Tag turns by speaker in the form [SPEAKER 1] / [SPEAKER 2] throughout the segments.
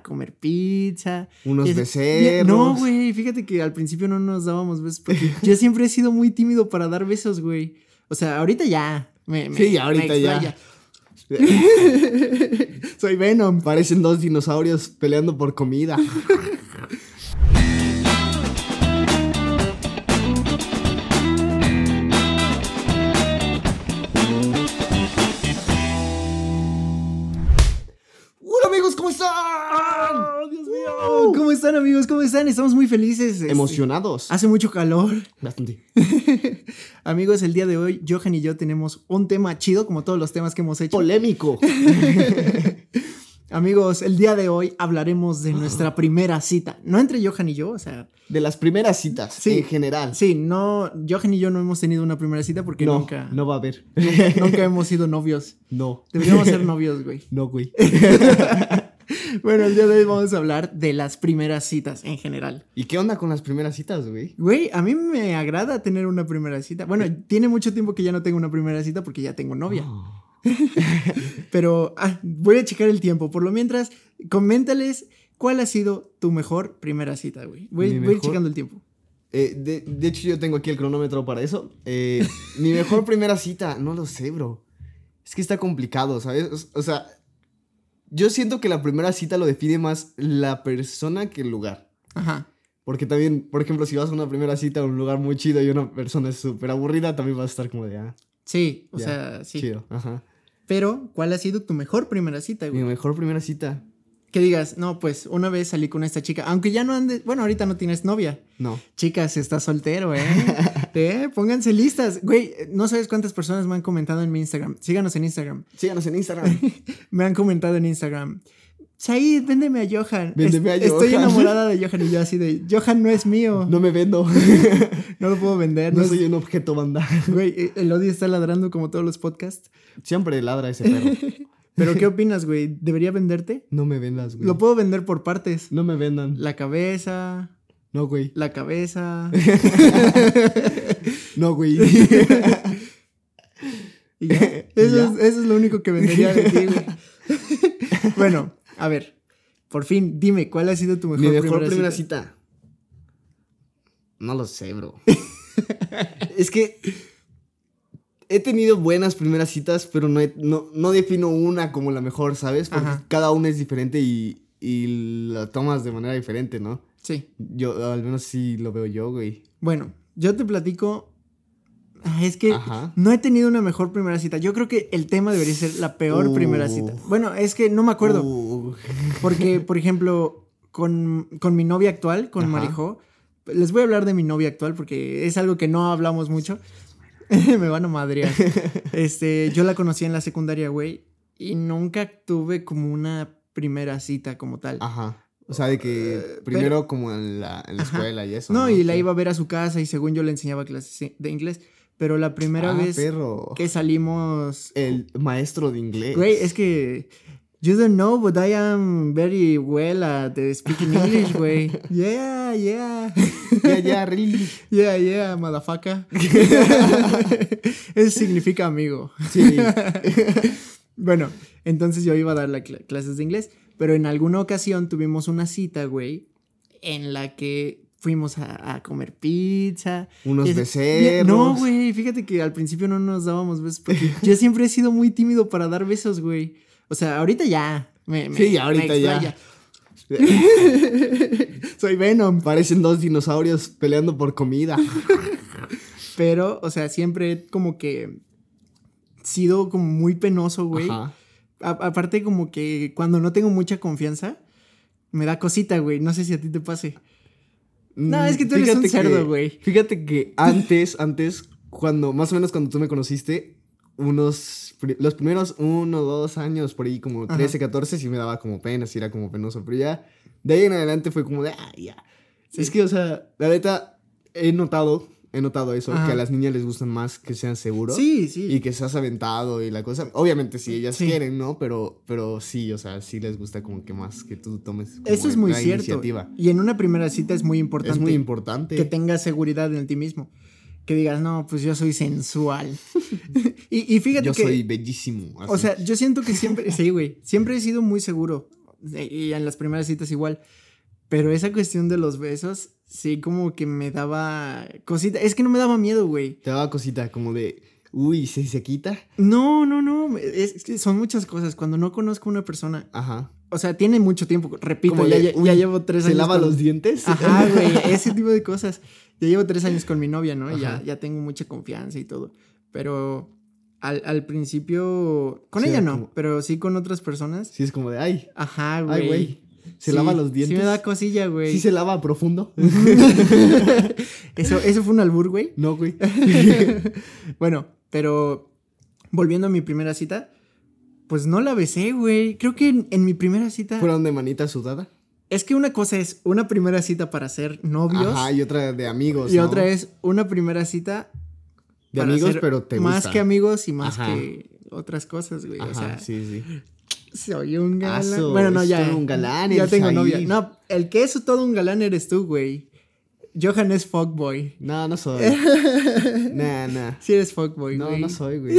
[SPEAKER 1] comer pizza.
[SPEAKER 2] Unos
[SPEAKER 1] Es-
[SPEAKER 2] becerros.
[SPEAKER 1] No, güey, fíjate que al principio no nos dábamos besos porque yo siempre he sido muy tímido para dar besos, güey. O sea, ahorita ya. Me, me-
[SPEAKER 2] Sí, ya, ahorita
[SPEAKER 1] me
[SPEAKER 2] ya.
[SPEAKER 1] explaya.
[SPEAKER 2] Soy Venom. Parecen dos dinosaurios peleando por comida. Hola amigos, ¿cómo están? Dios Uh.
[SPEAKER 1] Oh, ¿Cómo están, amigos? ¿Cómo están? Estamos muy felices. este,
[SPEAKER 2] Emocionados.
[SPEAKER 1] Hace mucho calor.
[SPEAKER 2] Bastante.
[SPEAKER 1] Amigos, el día de hoy, Johan y yo tenemos un tema chido, como todos los temas que hemos hecho.
[SPEAKER 2] Polémico.
[SPEAKER 1] Amigos, el día de hoy hablaremos de nuestra primera cita. No entre Johan y yo, o sea,
[SPEAKER 2] De las primeras citas
[SPEAKER 1] Sí.
[SPEAKER 2] en general.
[SPEAKER 1] sí, no, Johan y yo no hemos tenido una primera cita porque
[SPEAKER 2] no,
[SPEAKER 1] nunca,
[SPEAKER 2] no va a haber.
[SPEAKER 1] nunca hemos sido novios.
[SPEAKER 2] No.
[SPEAKER 1] Deberíamos ser novios, güey.
[SPEAKER 2] No, güey.
[SPEAKER 1] Bueno, el día de hoy vamos a hablar de las primeras citas en general.
[SPEAKER 2] ¿Y qué onda con las primeras citas, güey?
[SPEAKER 1] Güey, a mí me agrada tener una primera cita. Bueno, tiene mucho tiempo que ya no tengo una primera cita porque ya tengo novia.
[SPEAKER 2] Ah.
[SPEAKER 1] Pero ah, voy a checar el tiempo. Por lo mientras, coméntales cuál ha sido tu mejor primera cita, güey. Voy,
[SPEAKER 2] Mi
[SPEAKER 1] voy
[SPEAKER 2] mejor-
[SPEAKER 1] checando el tiempo.
[SPEAKER 2] Eh, de, de hecho, yo tengo aquí el cronómetro para eso. Eh, mi mejor primera cita, no lo sé, bro. Es que está complicado, ¿sabes? O, o sea, yo siento que la primera cita lo define más la persona que el lugar.
[SPEAKER 1] Ajá.
[SPEAKER 2] Porque también, por ejemplo, si vas a una primera cita a un lugar muy chido y una persona es súper aburrida, también vas a estar como de, ah,
[SPEAKER 1] Sí, o
[SPEAKER 2] Ya,
[SPEAKER 1] sea, sí.
[SPEAKER 2] chido. Ajá.
[SPEAKER 1] Pero, ¿cuál ha sido tu mejor primera cita,
[SPEAKER 2] Mi
[SPEAKER 1] güey?
[SPEAKER 2] mejor primera cita.
[SPEAKER 1] Que digas, no, pues una vez salí con esta chica, aunque ya no andes, bueno, ahorita no tienes novia.
[SPEAKER 2] No.
[SPEAKER 1] Chicas, estás soltero, ¿eh? ¿Eh? Pónganse listas. Güey, no sabes cuántas personas me han comentado en mi Instagram. Síganos en Instagram.
[SPEAKER 2] Síganos en Instagram.
[SPEAKER 1] Me han comentado en Instagram. Said, véndeme a Johan.
[SPEAKER 2] Véndeme a
[SPEAKER 1] Estoy
[SPEAKER 2] Johan.
[SPEAKER 1] enamorada de Johan y yo así de, Johan no es mío.
[SPEAKER 2] No me vendo.
[SPEAKER 1] No lo puedo vender.
[SPEAKER 2] No
[SPEAKER 1] no es-
[SPEAKER 2] soy un objeto, banda.
[SPEAKER 1] Güey, eh, el odio está ladrando como todos los podcasts.
[SPEAKER 2] Siempre ladra ese perro.
[SPEAKER 1] Pero ¿qué opinas, güey? ¿Debería venderte?
[SPEAKER 2] No me vendas, güey.
[SPEAKER 1] Lo puedo vender por partes.
[SPEAKER 2] No me vendan.
[SPEAKER 1] La cabeza,
[SPEAKER 2] No, güey.
[SPEAKER 1] la cabeza.
[SPEAKER 2] No, güey.
[SPEAKER 1] y ya. Eso,
[SPEAKER 2] ya.
[SPEAKER 1] Es, eso es lo único que vendería de ti, güey. bueno, a ver. Por fin, dime, ¿cuál ha sido tu mejor,
[SPEAKER 2] Mi mejor primera,
[SPEAKER 1] primera
[SPEAKER 2] cita. No lo sé, bro. es que he tenido buenas primeras citas, pero no, he- no, no defino una como la mejor, ¿sabes? Porque
[SPEAKER 1] Ajá.
[SPEAKER 2] cada una es diferente y, y la tomas de manera diferente, ¿no?
[SPEAKER 1] Sí.
[SPEAKER 2] Yo, al menos sí lo veo yo, güey.
[SPEAKER 1] Bueno, yo te platico. Ah, Es que
[SPEAKER 2] Ajá.
[SPEAKER 1] no he tenido una mejor primera cita. Yo creo que el tema debería ser la peor
[SPEAKER 2] Uh.
[SPEAKER 1] primera cita. Bueno, es que no me acuerdo.
[SPEAKER 2] Uh,
[SPEAKER 1] Porque, por ejemplo, con, con mi novia actual, con
[SPEAKER 2] Ajá.
[SPEAKER 1] Marijo, les voy a hablar de mi novia actual porque es algo que no hablamos mucho. Me van a madrear. Este, yo la conocí en la secundaria, güey, y nunca tuve como una primera cita como tal.
[SPEAKER 2] ajá. O sea, de que
[SPEAKER 1] Eh,
[SPEAKER 2] primero como en la, en la
[SPEAKER 1] Ajá.
[SPEAKER 2] escuela y eso.
[SPEAKER 1] no, y la
[SPEAKER 2] Sí.
[SPEAKER 1] iba a ver a su casa y según yo le enseñaba clases de inglés, pero la primera
[SPEAKER 2] Ah,
[SPEAKER 1] vez
[SPEAKER 2] perro. Eh,
[SPEAKER 1] que salimos,
[SPEAKER 2] El maestro de inglés.
[SPEAKER 1] güey, es que you don't know, but I am very well at eh, speaking English, güey. Yeah, yeah.
[SPEAKER 2] Ya, ya, really.
[SPEAKER 1] Yeah, yeah, motherfucker. Eso significa amigo.
[SPEAKER 2] Sí.
[SPEAKER 1] Bueno, entonces yo iba a dar la cla- clases de inglés, pero en alguna ocasión tuvimos una cita, güey, en la que fuimos a, a comer pizza.
[SPEAKER 2] Unos
[SPEAKER 1] Es-
[SPEAKER 2] becerros.
[SPEAKER 1] No, güey, fíjate que al principio no nos dábamos besos porque yo siempre he sido muy tímido para dar besos, güey. O sea, ahorita ya. Me, me-
[SPEAKER 2] Sí, ahorita
[SPEAKER 1] me
[SPEAKER 2] ya.
[SPEAKER 1] explaya.
[SPEAKER 2] Soy Venom. Parecen dos dinosaurios peleando por comida.
[SPEAKER 1] Pero, o sea, siempre he como que sido como muy penoso, güey.
[SPEAKER 2] Ajá.
[SPEAKER 1] A- aparte como que cuando no tengo mucha confianza, me da cosita, güey. No sé si a ti te pase. No,
[SPEAKER 2] Mm,
[SPEAKER 1] es que tú eres un
[SPEAKER 2] fíjate
[SPEAKER 1] cerdo,
[SPEAKER 2] que-
[SPEAKER 1] güey.
[SPEAKER 2] Fíjate que antes, antes, cuando, más o menos cuando tú me conociste, unos, pri- los primeros uno, dos años, por ahí como
[SPEAKER 1] Ajá.
[SPEAKER 2] 13, 14, sí me daba como pena, sí era como penoso, pero ya, de ahí en adelante fue como de, ah, ya. Es que, o sea, la neta, he notado, he notado eso,
[SPEAKER 1] Ajá.
[SPEAKER 2] que a las niñas les gustan más que sean seguros.
[SPEAKER 1] Sí, sí.
[SPEAKER 2] Y que seas aventado y la cosa. Obviamente, si ellas
[SPEAKER 1] Sí.
[SPEAKER 2] quieren, ¿no? Pero, pero sí, o sea, sí les gusta como que más que tú tomes. como
[SPEAKER 1] Eso es muy
[SPEAKER 2] la
[SPEAKER 1] cierto.
[SPEAKER 2] Iniciativa.
[SPEAKER 1] Y en una primera cita es muy importante
[SPEAKER 2] Es muy importante.
[SPEAKER 1] que tengas seguridad en ti mismo. Que digas, no, pues yo soy sensual. y, y fíjate
[SPEAKER 2] Yo
[SPEAKER 1] que...
[SPEAKER 2] soy bellísimo.
[SPEAKER 1] O sea, yo siento que siempre... sí, güey. Siempre he sido muy seguro. eh, y en las primeras citas igual. Pero esa cuestión de los besos, sí, como que me daba cosita. Es que no me daba miedo, güey.
[SPEAKER 2] Te daba cosita como de, uy, ¿se, se quita?
[SPEAKER 1] No, no, no. Es, es que son muchas cosas. Cuando no conozco a una persona,
[SPEAKER 2] Ajá.
[SPEAKER 1] o sea, tiene mucho tiempo. Repito,
[SPEAKER 2] Como
[SPEAKER 1] ya,
[SPEAKER 2] de,
[SPEAKER 1] lle-
[SPEAKER 2] uy,
[SPEAKER 1] ya llevo tres
[SPEAKER 2] ¿Se
[SPEAKER 1] años.
[SPEAKER 2] lava
[SPEAKER 1] con-
[SPEAKER 2] los dientes?
[SPEAKER 1] Ajá, güey, ese tipo de cosas. Ya llevo tres años con mi novia, ¿no? Ya,
[SPEAKER 2] Ajá.
[SPEAKER 1] ya tengo mucha confianza y todo. Pero al, al principio, con
[SPEAKER 2] Sí,
[SPEAKER 1] ella
[SPEAKER 2] era
[SPEAKER 1] no,
[SPEAKER 2] como-
[SPEAKER 1] pero sí con otras personas.
[SPEAKER 2] Sí, es como de, ay,
[SPEAKER 1] Ajá, güey.
[SPEAKER 2] ay, güey. ¿Se
[SPEAKER 1] Sí,
[SPEAKER 2] lava los dientes?
[SPEAKER 1] Sí me da cosilla, güey.
[SPEAKER 2] ¿Sí se lava a profundo?
[SPEAKER 1] eso, eso fue un albur, güey.
[SPEAKER 2] no, güey.
[SPEAKER 1] bueno, pero volviendo a mi primera cita, pues no la besé, güey. Creo que en, en mi primera cita...
[SPEAKER 2] ¿Fueron de manita sudada?
[SPEAKER 1] Es que una cosa es una primera cita para ser novios
[SPEAKER 2] Ajá, y otra de amigos,
[SPEAKER 1] y
[SPEAKER 2] ¿no?
[SPEAKER 1] otra es una primera cita
[SPEAKER 2] De
[SPEAKER 1] para
[SPEAKER 2] amigos,
[SPEAKER 1] ser
[SPEAKER 2] pero te
[SPEAKER 1] Más
[SPEAKER 2] gusta.
[SPEAKER 1] que amigos y más
[SPEAKER 2] Ajá.
[SPEAKER 1] que otras cosas, güey. o
[SPEAKER 2] Ajá,
[SPEAKER 1] sea,
[SPEAKER 2] sí, sí.
[SPEAKER 1] soy un galán.
[SPEAKER 2] Aso,
[SPEAKER 1] bueno, no, ya.
[SPEAKER 2] es todo un galán,
[SPEAKER 1] ya
[SPEAKER 2] eres
[SPEAKER 1] tengo
[SPEAKER 2] ahí.
[SPEAKER 1] novia. No, el que es todo un galán eres tú, güey. Johan es fuckboy.
[SPEAKER 2] No, no soy. nah, nah.
[SPEAKER 1] Sí eres fuckboy,
[SPEAKER 2] No,
[SPEAKER 1] güey.
[SPEAKER 2] no soy, güey.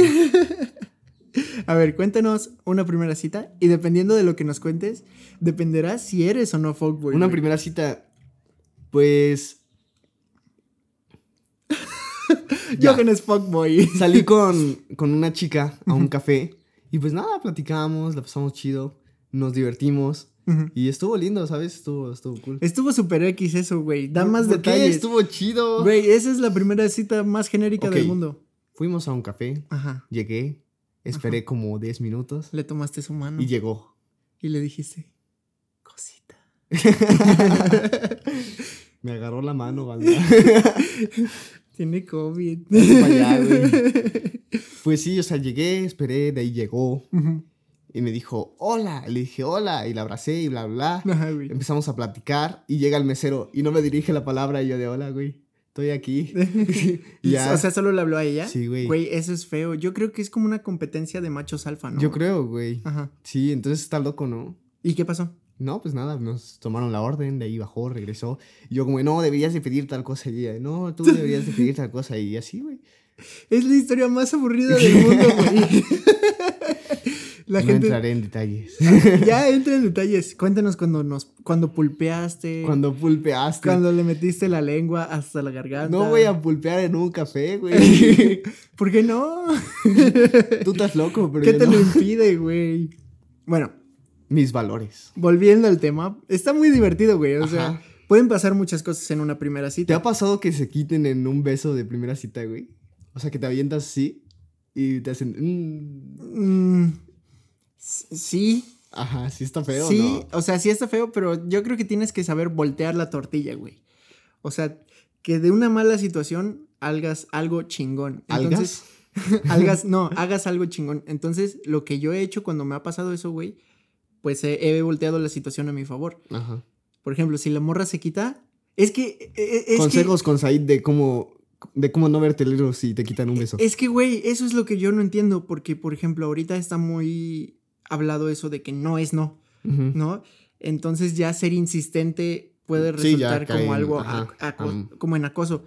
[SPEAKER 1] A ver, cuéntanos una primera cita y dependiendo de lo que nos cuentes, dependerá si eres o no fuckboy.
[SPEAKER 2] Una
[SPEAKER 1] güey.
[SPEAKER 2] primera cita, pues... ya.
[SPEAKER 1] Johan es fuckboy.
[SPEAKER 2] Salí con, con una chica a un café y pues nada, platicamos, la pasamos chido, nos divertimos
[SPEAKER 1] Ujú.
[SPEAKER 2] y estuvo lindo, ¿sabes? Estuvo, estuvo cool.
[SPEAKER 1] Estuvo super X eso, güey. Da más
[SPEAKER 2] ¿Por
[SPEAKER 1] detalles.
[SPEAKER 2] Qué? Estuvo chido.
[SPEAKER 1] Güey, esa es la primera cita más genérica
[SPEAKER 2] Ok.
[SPEAKER 1] del mundo.
[SPEAKER 2] Fuimos a un café,
[SPEAKER 1] Ajá.
[SPEAKER 2] llegué, esperé como 10 minutos
[SPEAKER 1] Le tomaste su mano.
[SPEAKER 2] y llegó.
[SPEAKER 1] Y le dijiste, cosita.
[SPEAKER 2] Me agarró la mano, Valda.
[SPEAKER 1] Tiene COVID.
[SPEAKER 2] pa' allá, Pues sí, o sea, llegué, esperé, de ahí llegó
[SPEAKER 1] Ujú.
[SPEAKER 2] y me dijo, hola. Le dije, hola, y la abracé y bla, bla.
[SPEAKER 1] Ajá, güey.
[SPEAKER 2] Empezamos a platicar y llega el mesero y no me dirige la palabra y yo de hola, güey. Estoy aquí. Y ya.
[SPEAKER 1] O sea, solo le habló a ella.
[SPEAKER 2] Sí, güey.
[SPEAKER 1] Güey, eso es feo. Yo creo que es como una competencia de machos alfa, ¿no?
[SPEAKER 2] Yo creo, güey.
[SPEAKER 1] Ajá.
[SPEAKER 2] Sí, entonces está loco, ¿no?
[SPEAKER 1] ¿Y qué pasó?
[SPEAKER 2] No, pues nada, nos tomaron la orden, de ahí bajó, regresó. Y yo como, no, deberías de pedir tal cosa. Y ella, no, tú deberías de pedir tal cosa. Y así, güey.
[SPEAKER 1] Es la historia más aburrida del mundo, güey. La
[SPEAKER 2] no
[SPEAKER 1] gente.
[SPEAKER 2] entraré en detalles.
[SPEAKER 1] Ya entra en detalles. Cuéntanos cuando nos, cuando pulpeaste.
[SPEAKER 2] Cuando pulpeaste.
[SPEAKER 1] cuando le metiste la lengua hasta la garganta.
[SPEAKER 2] No voy a pulpear en un café, güey.
[SPEAKER 1] ¿Por qué no?
[SPEAKER 2] tú estás loco, pero
[SPEAKER 1] ¿Qué
[SPEAKER 2] yo
[SPEAKER 1] te
[SPEAKER 2] no.
[SPEAKER 1] lo impide, güey? Bueno,
[SPEAKER 2] Mis valores.
[SPEAKER 1] volviendo al tema, está muy divertido, güey. O sea,
[SPEAKER 2] Ajá.
[SPEAKER 1] pueden pasar muchas cosas en una primera
[SPEAKER 2] ¿Te
[SPEAKER 1] cita.
[SPEAKER 2] ha pasado que se quiten en un beso de primera cita, güey? O sea, que te avientas así y te hacen... mm.
[SPEAKER 1] Mm, s- sí,
[SPEAKER 2] Ajá, sí está feo,
[SPEAKER 1] sí,
[SPEAKER 2] ¿no?
[SPEAKER 1] o sea, sí está feo, pero yo creo que tienes que saber voltear la tortilla, güey. O sea, que de una mala situación hagas algo chingón. Entonces,
[SPEAKER 2] ¿Algas?
[SPEAKER 1] Algas, no, hagas algo chingón. Entonces, lo que yo he hecho cuando me ha pasado eso, güey, pues he- he volteado la situación a mi favor.
[SPEAKER 2] Ajá.
[SPEAKER 1] Por ejemplo, si la morra se quita, es que... e- e- es que-
[SPEAKER 2] Consejos con Said de cómo, de cómo no verte lero si te quitan
[SPEAKER 1] Eh,
[SPEAKER 2] un beso.
[SPEAKER 1] Es que, güey, eso es lo que yo no entiendo, porque, por ejemplo, ahorita está muy hablado eso de que no es no,
[SPEAKER 2] Ujú.
[SPEAKER 1] ¿no? Entonces ya ser insistente puede
[SPEAKER 2] Sí, ya
[SPEAKER 1] resultar
[SPEAKER 2] cae
[SPEAKER 1] como
[SPEAKER 2] en-
[SPEAKER 1] algo,
[SPEAKER 2] ajá,
[SPEAKER 1] ac- aco-
[SPEAKER 2] am.
[SPEAKER 1] como en acoso.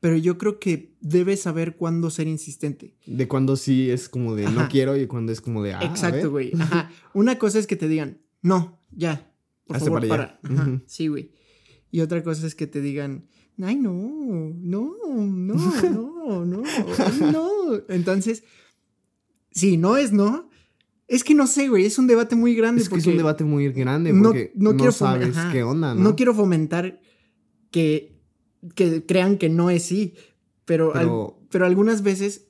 [SPEAKER 1] Pero yo creo que debes saber cuándo ser insistente.
[SPEAKER 2] De cuando sí es como de
[SPEAKER 1] Ajá.
[SPEAKER 2] no quiero y cuando es como de ah, a ver.
[SPEAKER 1] Exacto, güey. Ajá. Una cosa es que te digan, no, ya. Por
[SPEAKER 2] Hazte
[SPEAKER 1] favor,
[SPEAKER 2] para allá.
[SPEAKER 1] para. Ajá,
[SPEAKER 2] Ujú.
[SPEAKER 1] Sí, güey. Y otra cosa es que te digan, ay, no, no, no, no, no, no. Entonces, si no es no, es que no sé, güey. Es un debate muy grande.
[SPEAKER 2] Es que
[SPEAKER 1] porque
[SPEAKER 2] es un debate muy grande
[SPEAKER 1] no-
[SPEAKER 2] porque
[SPEAKER 1] no
[SPEAKER 2] no,
[SPEAKER 1] quiero fumar,
[SPEAKER 2] sabes
[SPEAKER 1] ajá.
[SPEAKER 2] qué onda, Ah, ¿no?
[SPEAKER 1] No quiero fomentar que, que crean que no es sí, pero, al-
[SPEAKER 2] Pero-
[SPEAKER 1] pero algunas veces.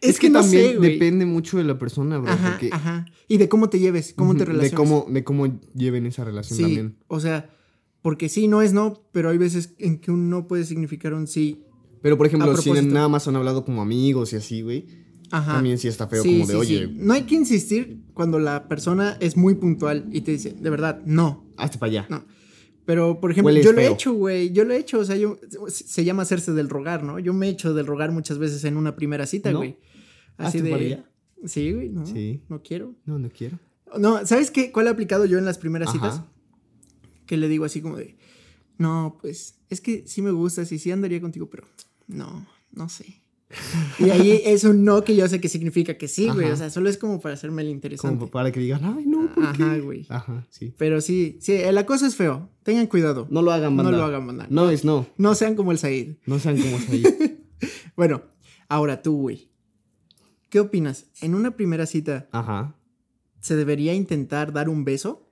[SPEAKER 2] Es,
[SPEAKER 1] Es,
[SPEAKER 2] que,
[SPEAKER 1] no
[SPEAKER 2] también
[SPEAKER 1] sé, güey.
[SPEAKER 2] depende mucho de la persona, bro.
[SPEAKER 1] Ajá,
[SPEAKER 2] porque,
[SPEAKER 1] ajá. Y de cómo te lleves, cómo te
[SPEAKER 2] ujú,
[SPEAKER 1] relacionas.
[SPEAKER 2] De cómo, de cómo lleven esa relación
[SPEAKER 1] Sí,
[SPEAKER 2] también.
[SPEAKER 1] o sea, porque sí no es no, pero hay veces en que un no puede significar un sí.
[SPEAKER 2] Pero por ejemplo, si
[SPEAKER 1] propósito.
[SPEAKER 2] nada más han hablado como amigos y así, güey,
[SPEAKER 1] Ajá.
[SPEAKER 2] también sí está feo
[SPEAKER 1] Sí,
[SPEAKER 2] como de
[SPEAKER 1] sí,
[SPEAKER 2] oye,
[SPEAKER 1] sí. No hay que insistir cuando la persona es muy puntual y te dice, de verdad, no.
[SPEAKER 2] hazte para allá.
[SPEAKER 1] No. Pero, por ejemplo,
[SPEAKER 2] Hueles
[SPEAKER 1] yo lo he
[SPEAKER 2] feo.
[SPEAKER 1] hecho, güey. Yo lo he hecho. O sea, yo. Se llama hacerse del rogar, ¿no? Yo me he hecho del rogar muchas veces en una primera cita,
[SPEAKER 2] ¿No?
[SPEAKER 1] güey. Así
[SPEAKER 2] Hazte para
[SPEAKER 1] de.
[SPEAKER 2] allá.
[SPEAKER 1] Sí, güey, no.
[SPEAKER 2] Sí.
[SPEAKER 1] No quiero.
[SPEAKER 2] No, no quiero.
[SPEAKER 1] No, ¿sabes qué? ¿Cuál he aplicado yo en las primeras
[SPEAKER 2] Ajá.
[SPEAKER 1] citas? que le digo así como de, no, pues es que sí me gustas y sí andaría contigo, pero no, no sé. Y ahí es un no que yo sé que significa que sí, güey.
[SPEAKER 2] Ajá.
[SPEAKER 1] O sea, solo es como para hacerme el interesante.
[SPEAKER 2] Como para que digan, ay, no, ¿por qué?
[SPEAKER 1] Ajá, güey.
[SPEAKER 2] Ajá, sí.
[SPEAKER 1] Pero sí, sí, el acoso es feo. Tengan cuidado.
[SPEAKER 2] No lo hagan,
[SPEAKER 1] No
[SPEAKER 2] banda.
[SPEAKER 1] lo hagan, banda.
[SPEAKER 2] No es no.
[SPEAKER 1] No sean como el Said.
[SPEAKER 2] No sean como es ahí.
[SPEAKER 1] Bueno, ahora tú, güey. ¿Qué opinas? ¿En una primera cita
[SPEAKER 2] Ajá.
[SPEAKER 1] se debería intentar dar un beso?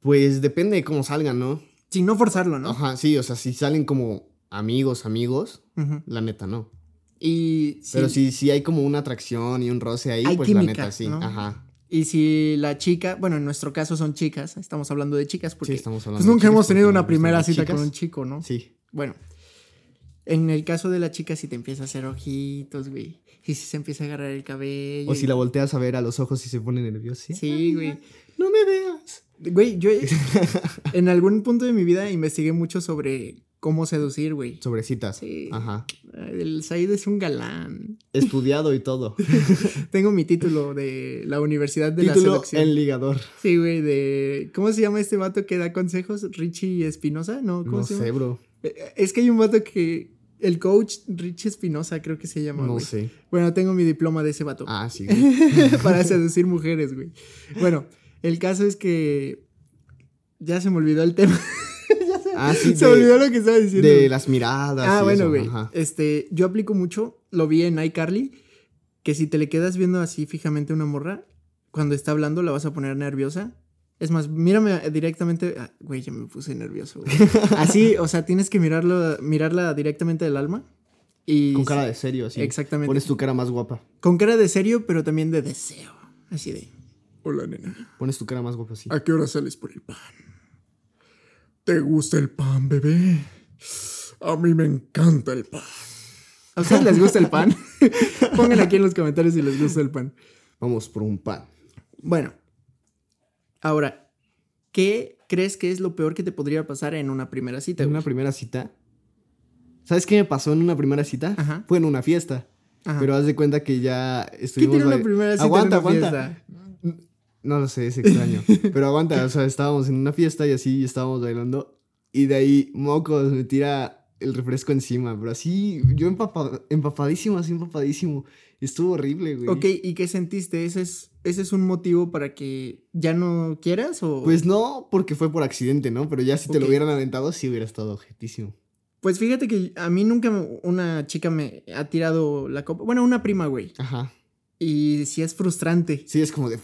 [SPEAKER 2] Pues depende de cómo salgan, ¿no?
[SPEAKER 1] Sin no forzarlo, ¿no?
[SPEAKER 2] Ajá, sí, o sea, si salen como amigos, amigos,
[SPEAKER 1] Ujú.
[SPEAKER 2] la neta no.
[SPEAKER 1] Y si,
[SPEAKER 2] Pero si, si hay como una atracción y un roce ahí,
[SPEAKER 1] Hay
[SPEAKER 2] pues
[SPEAKER 1] química,
[SPEAKER 2] la neta sí.
[SPEAKER 1] ¿no?
[SPEAKER 2] Ajá.
[SPEAKER 1] y si la chica, bueno, en nuestro caso son chicas, estamos hablando de chicas porque
[SPEAKER 2] sí, estamos hablando.
[SPEAKER 1] pues
[SPEAKER 2] de
[SPEAKER 1] nunca
[SPEAKER 2] chicas
[SPEAKER 1] hemos
[SPEAKER 2] porque
[SPEAKER 1] tenido
[SPEAKER 2] no
[SPEAKER 1] una
[SPEAKER 2] nos gustan
[SPEAKER 1] primera
[SPEAKER 2] las
[SPEAKER 1] cita
[SPEAKER 2] chicas.
[SPEAKER 1] con un chico, ¿no?
[SPEAKER 2] Sí.
[SPEAKER 1] Bueno, en el caso de la chica si te empieza a hacer ojitos, güey, y si se empieza a agarrar el cabello.
[SPEAKER 2] O
[SPEAKER 1] y-
[SPEAKER 2] si la volteas a ver a los ojos y se pone nerviosa.
[SPEAKER 1] Sí, güey.
[SPEAKER 2] No me veas.
[SPEAKER 1] Güey, yo en algún punto de mi vida investigué mucho sobre cómo seducir, güey.
[SPEAKER 2] Sobre citas.
[SPEAKER 1] Sí.
[SPEAKER 2] Ajá.
[SPEAKER 1] El Said es un galán.
[SPEAKER 2] Estudiado y todo.
[SPEAKER 1] Tengo mi título de la Universidad de la
[SPEAKER 2] Título
[SPEAKER 1] Seducción.
[SPEAKER 2] El Ligador.
[SPEAKER 1] Sí, güey, de... ¿Cómo se llama este vato que da consejos? ¿Richie Espinosa? No, ¿cómo
[SPEAKER 2] No
[SPEAKER 1] se
[SPEAKER 2] sé,
[SPEAKER 1] llama?
[SPEAKER 2] bro.
[SPEAKER 1] Eh, Es que hay un vato que... El coach Richie Espinosa creo que se llama,
[SPEAKER 2] No
[SPEAKER 1] güey.
[SPEAKER 2] sé.
[SPEAKER 1] Bueno, tengo mi diploma de ese vato.
[SPEAKER 2] Ah, sí. güey.
[SPEAKER 1] para seducir mujeres, güey. Bueno, el caso es que... Ya se me olvidó el tema.
[SPEAKER 2] Ah, sí.
[SPEAKER 1] se
[SPEAKER 2] de-
[SPEAKER 1] me olvidó lo que estaba diciendo.
[SPEAKER 2] De las miradas.
[SPEAKER 1] Ah,
[SPEAKER 2] y
[SPEAKER 1] bueno,
[SPEAKER 2] eso,
[SPEAKER 1] güey.
[SPEAKER 2] ajá.
[SPEAKER 1] Este, yo aplico mucho, lo vi en iCarly, que si te le quedas viendo así fijamente a una morra, cuando está hablando la vas a poner nerviosa. Es más, mírame directamente. ah, Güey, ya me puse nervioso. güey. Así, o sea, tienes que mirarlo, mirarla directamente del alma. Y
[SPEAKER 2] Con cara de serio, así.
[SPEAKER 1] Exactamente.
[SPEAKER 2] Pones tu cara más guapa.
[SPEAKER 1] Con cara de serio, pero también de deseo. Así de. Hola, nena.
[SPEAKER 2] Pones tu cara más guapa, sí.
[SPEAKER 1] ¿A qué hora sales por el pan? ¿Te gusta el pan, bebé? A mí me encanta el pan. ¿A ustedes les gusta el pan? Pongan aquí en los comentarios si les gusta el pan.
[SPEAKER 2] Vamos por un pan.
[SPEAKER 1] Bueno, ahora, ¿qué crees que es lo peor que te podría pasar en una primera cita?
[SPEAKER 2] En
[SPEAKER 1] güey?
[SPEAKER 2] una primera cita. ¿Sabes qué me pasó en una primera cita?
[SPEAKER 1] Ajá.
[SPEAKER 2] Fue en una fiesta.
[SPEAKER 1] Ajá.
[SPEAKER 2] Pero haz de cuenta que ya
[SPEAKER 1] ¿Qué
[SPEAKER 2] estuvimos...
[SPEAKER 1] tiene una
[SPEAKER 2] bai-
[SPEAKER 1] primera cita
[SPEAKER 2] Aguanta,
[SPEAKER 1] en una
[SPEAKER 2] aguanta.
[SPEAKER 1] fiesta?
[SPEAKER 2] No lo sé, es extraño. Pero aguanta, o sea, estábamos en una fiesta y así estábamos bailando. Y de ahí, mocos, me tira el refresco encima. Pero así, yo empapa- empapadísimo, así empapadísimo. Estuvo horrible, güey.
[SPEAKER 1] Ok, ¿y qué sentiste? ¿Ese es, ¿Ese es un motivo para que ya no quieras o...?
[SPEAKER 2] Pues no, porque fue por accidente, ¿no? Pero ya si te lo
[SPEAKER 1] Ok.
[SPEAKER 2] hubieran aventado, sí hubiera estado objetísimo.
[SPEAKER 1] Pues fíjate que a mí nunca me- una chica me ha tirado la copa. Bueno, una prima, güey.
[SPEAKER 2] Ajá.
[SPEAKER 1] Y sí es frustrante.
[SPEAKER 2] Sí, es como de...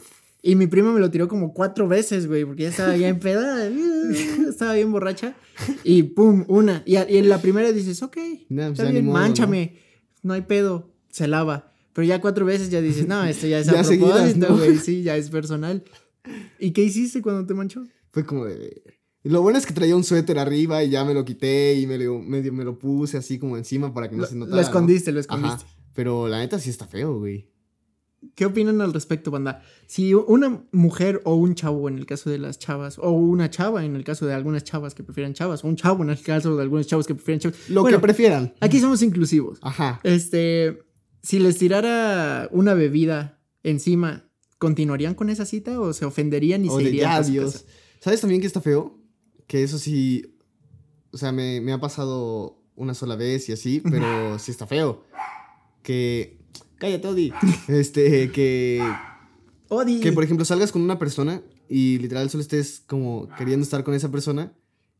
[SPEAKER 1] Y mi prima me lo tiró como cuatro veces, güey, porque ya estaba bien peda, estaba bien borracha. Y pum, una. Y, a- y en la primera dices, ok,
[SPEAKER 2] Nah, pues
[SPEAKER 1] está
[SPEAKER 2] ya ni
[SPEAKER 1] bien,
[SPEAKER 2] modo, ¿no?
[SPEAKER 1] manchame, ¿no? hay pedo, se lava. Pero ya cuatro veces ya dices, no, esto ya es a
[SPEAKER 2] Ya seguidas,
[SPEAKER 1] propósito,
[SPEAKER 2] ¿no?
[SPEAKER 1] güey, sí, ya es personal. ¿Y qué hiciste cuando te manchó?
[SPEAKER 2] Fue como de... Lo bueno es que traía un suéter arriba y ya me lo quité y me lo, medio me lo puse así como encima para que no
[SPEAKER 1] Lo,
[SPEAKER 2] se
[SPEAKER 1] lo
[SPEAKER 2] notara. ¿no?
[SPEAKER 1] escondiste, lo
[SPEAKER 2] Ajá.
[SPEAKER 1] escondiste.
[SPEAKER 2] Pero la neta sí está feo, güey.
[SPEAKER 1] ¿Qué opinan al respecto, banda? Si una mujer o un chavo en el caso de las chavas, o una chava en el caso de algunas chavas que prefieren chavas, o un chavo en el caso de algunos chavos que prefieren chavas.
[SPEAKER 2] Lo
[SPEAKER 1] Bueno,
[SPEAKER 2] que prefieran.
[SPEAKER 1] Aquí somos inclusivos.
[SPEAKER 2] Ajá.
[SPEAKER 1] Este, si les tirara una bebida encima, ¿continuarían con esa cita o se ofenderían y
[SPEAKER 2] o
[SPEAKER 1] se
[SPEAKER 2] de
[SPEAKER 1] irían?
[SPEAKER 2] ya,
[SPEAKER 1] a su
[SPEAKER 2] Dios.
[SPEAKER 1] casa?
[SPEAKER 2] ¿Sabes también que está feo? Que eso sí. O sea, me, me ha pasado una sola vez y así, pero sí está feo. Que. Cállate, Odi. Este, que.
[SPEAKER 1] Odi.
[SPEAKER 2] Que por ejemplo salgas con una persona y literal solo estés como queriendo estar con esa persona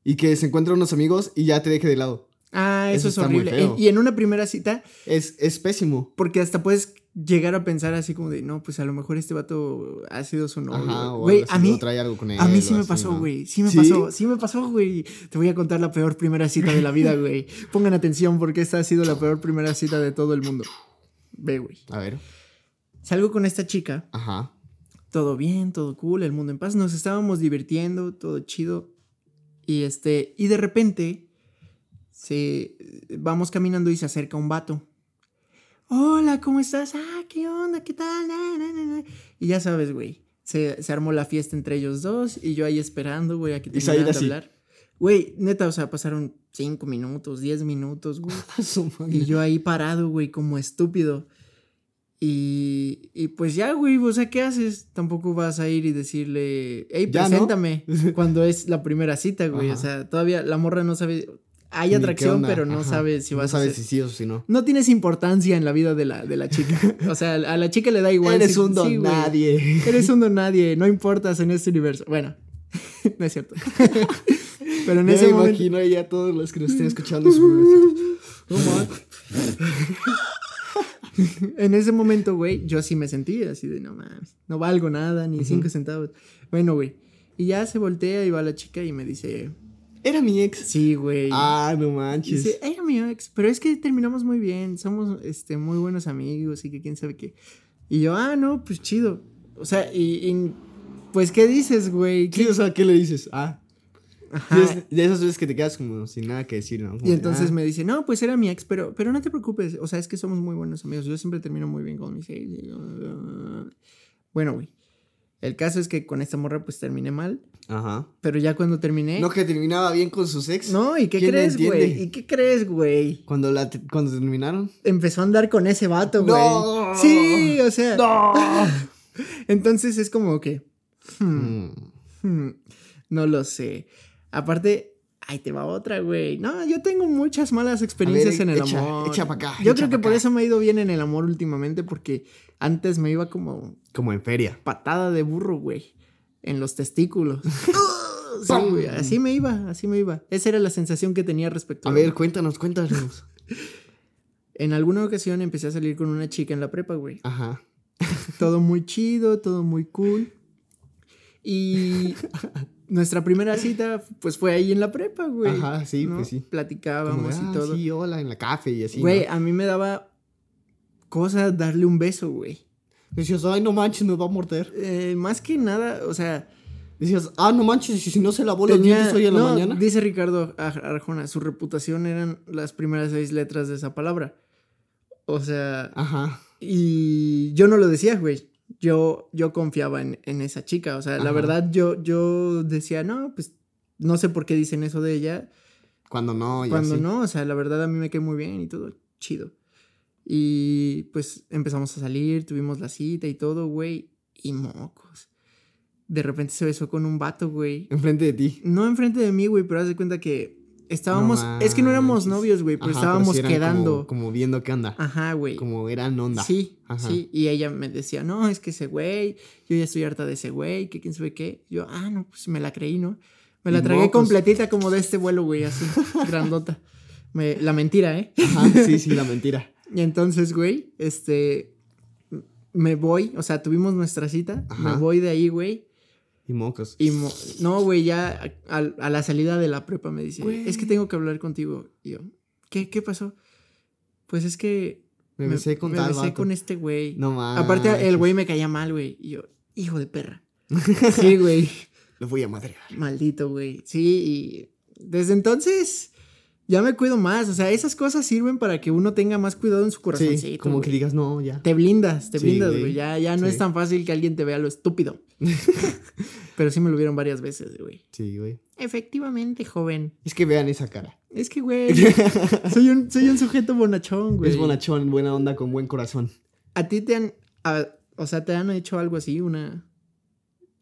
[SPEAKER 2] y que se encuentren unos amigos y ya te deje de lado.
[SPEAKER 1] Ah, eso,
[SPEAKER 2] eso
[SPEAKER 1] es
[SPEAKER 2] está muy
[SPEAKER 1] horrible.
[SPEAKER 2] feo.
[SPEAKER 1] En- y en una primera cita,
[SPEAKER 2] Es, es pésimo.
[SPEAKER 1] porque hasta puedes llegar a pensar así como de, no, pues a lo mejor este vato ha sido su novio.
[SPEAKER 2] Ajá, o
[SPEAKER 1] güey,
[SPEAKER 2] algo así,
[SPEAKER 1] a
[SPEAKER 2] o
[SPEAKER 1] mí,
[SPEAKER 2] trae algo con él,
[SPEAKER 1] A mí sí
[SPEAKER 2] o
[SPEAKER 1] me
[SPEAKER 2] así,
[SPEAKER 1] pasó,
[SPEAKER 2] ¿no?
[SPEAKER 1] güey. Sí me
[SPEAKER 2] ¿Sí?
[SPEAKER 1] pasó, sí me pasó, güey. Te voy a contar la peor primera cita de la vida, güey. Pongan atención porque esta ha sido la peor primera cita de todo el mundo. Ve, güey.
[SPEAKER 2] A ver.
[SPEAKER 1] Salgo con esta chica,
[SPEAKER 2] Ajá.
[SPEAKER 1] todo bien, todo cool, el mundo en paz. Nos estábamos divirtiendo, todo chido. Y este, y de repente se vamos caminando y se acerca un vato. Hola, ¿cómo estás? Ah, ¿qué onda? ¿Qué tal? Na, na, na, na". Y ya sabes, güey. Se, se armó la fiesta entre ellos dos y yo ahí esperando, güey, a que
[SPEAKER 2] Y
[SPEAKER 1] terminaran
[SPEAKER 2] Said
[SPEAKER 1] de
[SPEAKER 2] así.
[SPEAKER 1] hablar. Güey, neta, o sea, pasaron cinco minutos, 10 minutos, güey.
[SPEAKER 2] Su madre.
[SPEAKER 1] Y yo ahí parado, güey, como estúpido. Y, y pues ya, güey, o sea, ¿qué haces? Tampoco vas a ir y decirle, hey,
[SPEAKER 2] Ya, ¿no?
[SPEAKER 1] preséntame, cuando es la primera cita, güey. O
[SPEAKER 2] Ajá.
[SPEAKER 1] sea, todavía la morra no sabe. hay
[SPEAKER 2] Ni qué
[SPEAKER 1] atracción,
[SPEAKER 2] onda,
[SPEAKER 1] pero no
[SPEAKER 2] ajá.
[SPEAKER 1] sabes si
[SPEAKER 2] no
[SPEAKER 1] vas a
[SPEAKER 2] sabes
[SPEAKER 1] ser-
[SPEAKER 2] si sí o si no.
[SPEAKER 1] No tienes importancia en la vida de la, de la chica. O sea, a la chica le da igual.
[SPEAKER 2] Eres
[SPEAKER 1] si-
[SPEAKER 2] un don
[SPEAKER 1] sí, güey.
[SPEAKER 2] nadie.
[SPEAKER 1] Eres un don nadie, no importas en este universo. Bueno, no es cierto. Pero en
[SPEAKER 2] No
[SPEAKER 1] ese
[SPEAKER 2] me
[SPEAKER 1] momento.
[SPEAKER 2] imagino ahí a todos los que nos estén escuchando. su-
[SPEAKER 1] En ese momento, güey, yo así me sentí, así de no mames, no valgo nada, ni cinco centavos. Bueno, güey. Y ya se voltea y va la chica y me dice,
[SPEAKER 2] Era mi ex.
[SPEAKER 1] sí, güey.
[SPEAKER 2] Ah, no
[SPEAKER 1] Y
[SPEAKER 2] manches.
[SPEAKER 1] dice, era mi ex, pero es que terminamos muy bien, somos este, muy buenos amigos y que quién sabe qué. Y yo, ah, no, pues chido. O sea, y, y, pues, ¿qué dices, güey? ¿Qué-
[SPEAKER 2] Sí, o sea, ¿qué le dices? Ah.
[SPEAKER 1] Ajá.
[SPEAKER 2] Sí, es de esas veces que te quedas como sin nada que decir, ¿no? Como
[SPEAKER 1] Y
[SPEAKER 2] de,
[SPEAKER 1] entonces
[SPEAKER 2] ah,
[SPEAKER 1] me dice, no, pues era mi ex, pero, pero no te preocupes, o sea, es que somos muy buenos amigos, yo siempre termino muy bien con mis ex. "Ah". Bueno, güey, el caso es que con esta morra pues terminé mal,
[SPEAKER 2] "Ah, Ajá.
[SPEAKER 1] pero ya cuando terminé...
[SPEAKER 2] No
[SPEAKER 1] No,
[SPEAKER 2] que terminaba bien con sus ex.
[SPEAKER 1] ¿y qué
[SPEAKER 2] ¿Quién la
[SPEAKER 1] crees, güey?
[SPEAKER 2] entiende?
[SPEAKER 1] ¿Y qué crees, güey?
[SPEAKER 2] Cuando la te- cuando terminaron.
[SPEAKER 1] Empezó a andar con ese vato, güey.
[SPEAKER 2] No.
[SPEAKER 1] Sí, o sea...
[SPEAKER 2] No.
[SPEAKER 1] Entonces es como que... hmm, hmm, no lo sé. Aparte... Ahí te va otra, güey. No, yo tengo muchas malas experiencias en el
[SPEAKER 2] echa-
[SPEAKER 1] amor.
[SPEAKER 2] echa pa' acá,
[SPEAKER 1] Yo
[SPEAKER 2] echa
[SPEAKER 1] creo que
[SPEAKER 2] pa'
[SPEAKER 1] por
[SPEAKER 2] acá.
[SPEAKER 1] eso me ha ido bien en el amor últimamente, porque antes me iba como
[SPEAKER 2] Como en feria.
[SPEAKER 1] patada de burro, güey. En los testículos. Sí, güey, así me iba, así me iba. Esa era la sensación que tenía respecto
[SPEAKER 2] A ver, cuéntanos, cuéntanos.
[SPEAKER 1] En alguna ocasión empecé a salir con una chica en la prepa, güey.
[SPEAKER 2] Ajá.
[SPEAKER 1] Todo muy chido, todo muy cool. Y nuestra primera cita, pues fue ahí en la prepa, güey.
[SPEAKER 2] Ajá, sí, pues sí. Como de,
[SPEAKER 1] Platicábamos
[SPEAKER 2] ah,
[SPEAKER 1] y todo.
[SPEAKER 2] Sí, hola, en la café y así.
[SPEAKER 1] Güey,
[SPEAKER 2] ¿no?
[SPEAKER 1] a mí me daba cosa darle un beso, güey.
[SPEAKER 2] Decías, ay, no manches, nos va a morder.
[SPEAKER 1] Eh, más que nada, o sea,
[SPEAKER 2] Decías, ah, no manches, y si no se lavó los
[SPEAKER 1] tenía-
[SPEAKER 2] dientes hoy en
[SPEAKER 1] no,
[SPEAKER 2] la mañana.
[SPEAKER 1] Dice Ricardo Ar- Arjona, su reputación eran las primeras seis letras de esa palabra. O sea,
[SPEAKER 2] Ajá.
[SPEAKER 1] y yo no lo decía, güey. Yo, yo confiaba en, en esa chica. O sea, la
[SPEAKER 2] Ajá.
[SPEAKER 1] verdad, yo, yo decía, no, pues no sé por qué dicen eso de ella.
[SPEAKER 2] Ah, Cuando no, y
[SPEAKER 1] Cuando
[SPEAKER 2] así.
[SPEAKER 1] no, o sea, la verdad a mí me quedé muy bien y todo, chido. Y pues empezamos a salir, tuvimos la cita y todo, güey, y mocos. De repente se besó con un vato, güey.
[SPEAKER 2] Enfrente de ti.
[SPEAKER 1] No enfrente de mí, güey, pero haz de cuenta que estábamos,
[SPEAKER 2] No
[SPEAKER 1] es que no éramos
[SPEAKER 2] manches.
[SPEAKER 1] novios, güey, pero
[SPEAKER 2] Ajá,
[SPEAKER 1] estábamos
[SPEAKER 2] sí eran
[SPEAKER 1] quedando.
[SPEAKER 2] Como, como viendo qué onda.
[SPEAKER 1] Ajá, güey.
[SPEAKER 2] Como eran onda.
[SPEAKER 1] Sí,
[SPEAKER 2] Ajá.
[SPEAKER 1] sí. Y ella me decía, no, es que ese güey, yo ya estoy harta de ese güey, que quién sabe qué. Yo, ah, no, pues me la creí, ¿no? Me la
[SPEAKER 2] Y
[SPEAKER 1] tragué
[SPEAKER 2] mocos.
[SPEAKER 1] completita como de este vuelo, güey, así, grandota. Me- la mentira, ¿eh?
[SPEAKER 2] Ajá, sí, sí, la mentira.
[SPEAKER 1] Y entonces, güey, este, m- me voy, o sea, tuvimos nuestra cita,
[SPEAKER 2] Ajá.
[SPEAKER 1] me voy de ahí, güey.
[SPEAKER 2] Y mocos.
[SPEAKER 1] Y mo- no, güey, ya a, a- a la salida de la prepa me dice,
[SPEAKER 2] Güey.
[SPEAKER 1] es que tengo que hablar contigo. Y yo, ¿qué, qué pasó? Pues es que
[SPEAKER 2] me besé con
[SPEAKER 1] me
[SPEAKER 2] tal
[SPEAKER 1] besé
[SPEAKER 2] vato.
[SPEAKER 1] con este güey.
[SPEAKER 2] No mames.
[SPEAKER 1] Aparte, el güey me caía mal, güey. Y yo, hijo de perra. Sí, güey.
[SPEAKER 2] Lo voy a madrear.
[SPEAKER 1] Maldito, güey. Sí, y desde entonces ya me cuido más. O sea, esas cosas sirven para que uno tenga más cuidado en su corazoncito.
[SPEAKER 2] Sí, como
[SPEAKER 1] güey.
[SPEAKER 2] que digas, no, ya.
[SPEAKER 1] Te blindas, te
[SPEAKER 2] Sí,
[SPEAKER 1] blindas,
[SPEAKER 2] güey.
[SPEAKER 1] güey. Ya, ya no
[SPEAKER 2] Sí.
[SPEAKER 1] es tan fácil que alguien te vea lo estúpido. Pero sí me lo vieron varias veces, güey.
[SPEAKER 2] Sí, güey.
[SPEAKER 1] Efectivamente, joven.
[SPEAKER 2] Es que vean esa cara.
[SPEAKER 1] Es que, güey, soy un, soy un sujeto bonachón, güey.
[SPEAKER 2] Es bonachón, buena onda, con buen corazón.
[SPEAKER 1] ¿A ti te han, a- o sea, te han hecho algo así, una,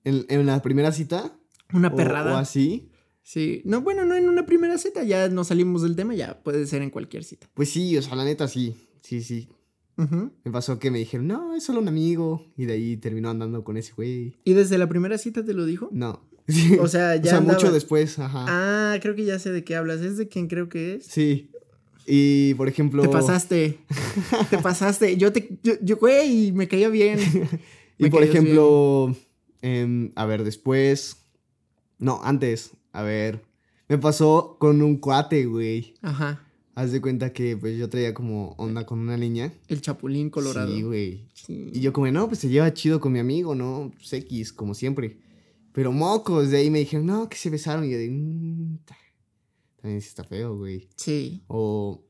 [SPEAKER 2] En, en la primera cita.
[SPEAKER 1] una
[SPEAKER 2] o-
[SPEAKER 1] perrada?
[SPEAKER 2] O, así.
[SPEAKER 1] Sí, no, bueno, no en una primera cita, ya no salimos del tema, ya puede ser en cualquier cita.
[SPEAKER 2] Pues sí, o sea, la neta sí. Sí, sí.
[SPEAKER 1] Ujú.
[SPEAKER 2] Me pasó que me dijeron, no, es solo un amigo. Y de ahí terminó andando con ese güey.
[SPEAKER 1] ¿Y desde la primera cita te lo dijo?
[SPEAKER 2] No.
[SPEAKER 1] O sea, ya.
[SPEAKER 2] o sea, mucho
[SPEAKER 1] andaba-
[SPEAKER 2] después, ajá.
[SPEAKER 1] Ah, creo que ya sé de qué hablas. ¿Es de quién creo que es?
[SPEAKER 2] Sí. Y por ejemplo.
[SPEAKER 1] Te pasaste. te pasaste. Yo te. Yo, yo, güey, me caía bien.
[SPEAKER 2] Y
[SPEAKER 1] Me
[SPEAKER 2] por
[SPEAKER 1] caías
[SPEAKER 2] ejemplo. em, a ver, después. No, antes. A ver. Me pasó con un cuate, güey.
[SPEAKER 1] Ajá.
[SPEAKER 2] Haz de cuenta que pues yo traía como onda con una niña.
[SPEAKER 1] El chapulín colorado.
[SPEAKER 2] Sí, güey.
[SPEAKER 1] Sí.
[SPEAKER 2] Y yo como, no, pues se lleva chido con mi amigo, ¿no? Pues X, como siempre. Pero mocos, de ahí me dijeron, no, que se besaron. Y yo de, "Mm, ta". también sí está feo, güey.
[SPEAKER 1] Sí.
[SPEAKER 2] O,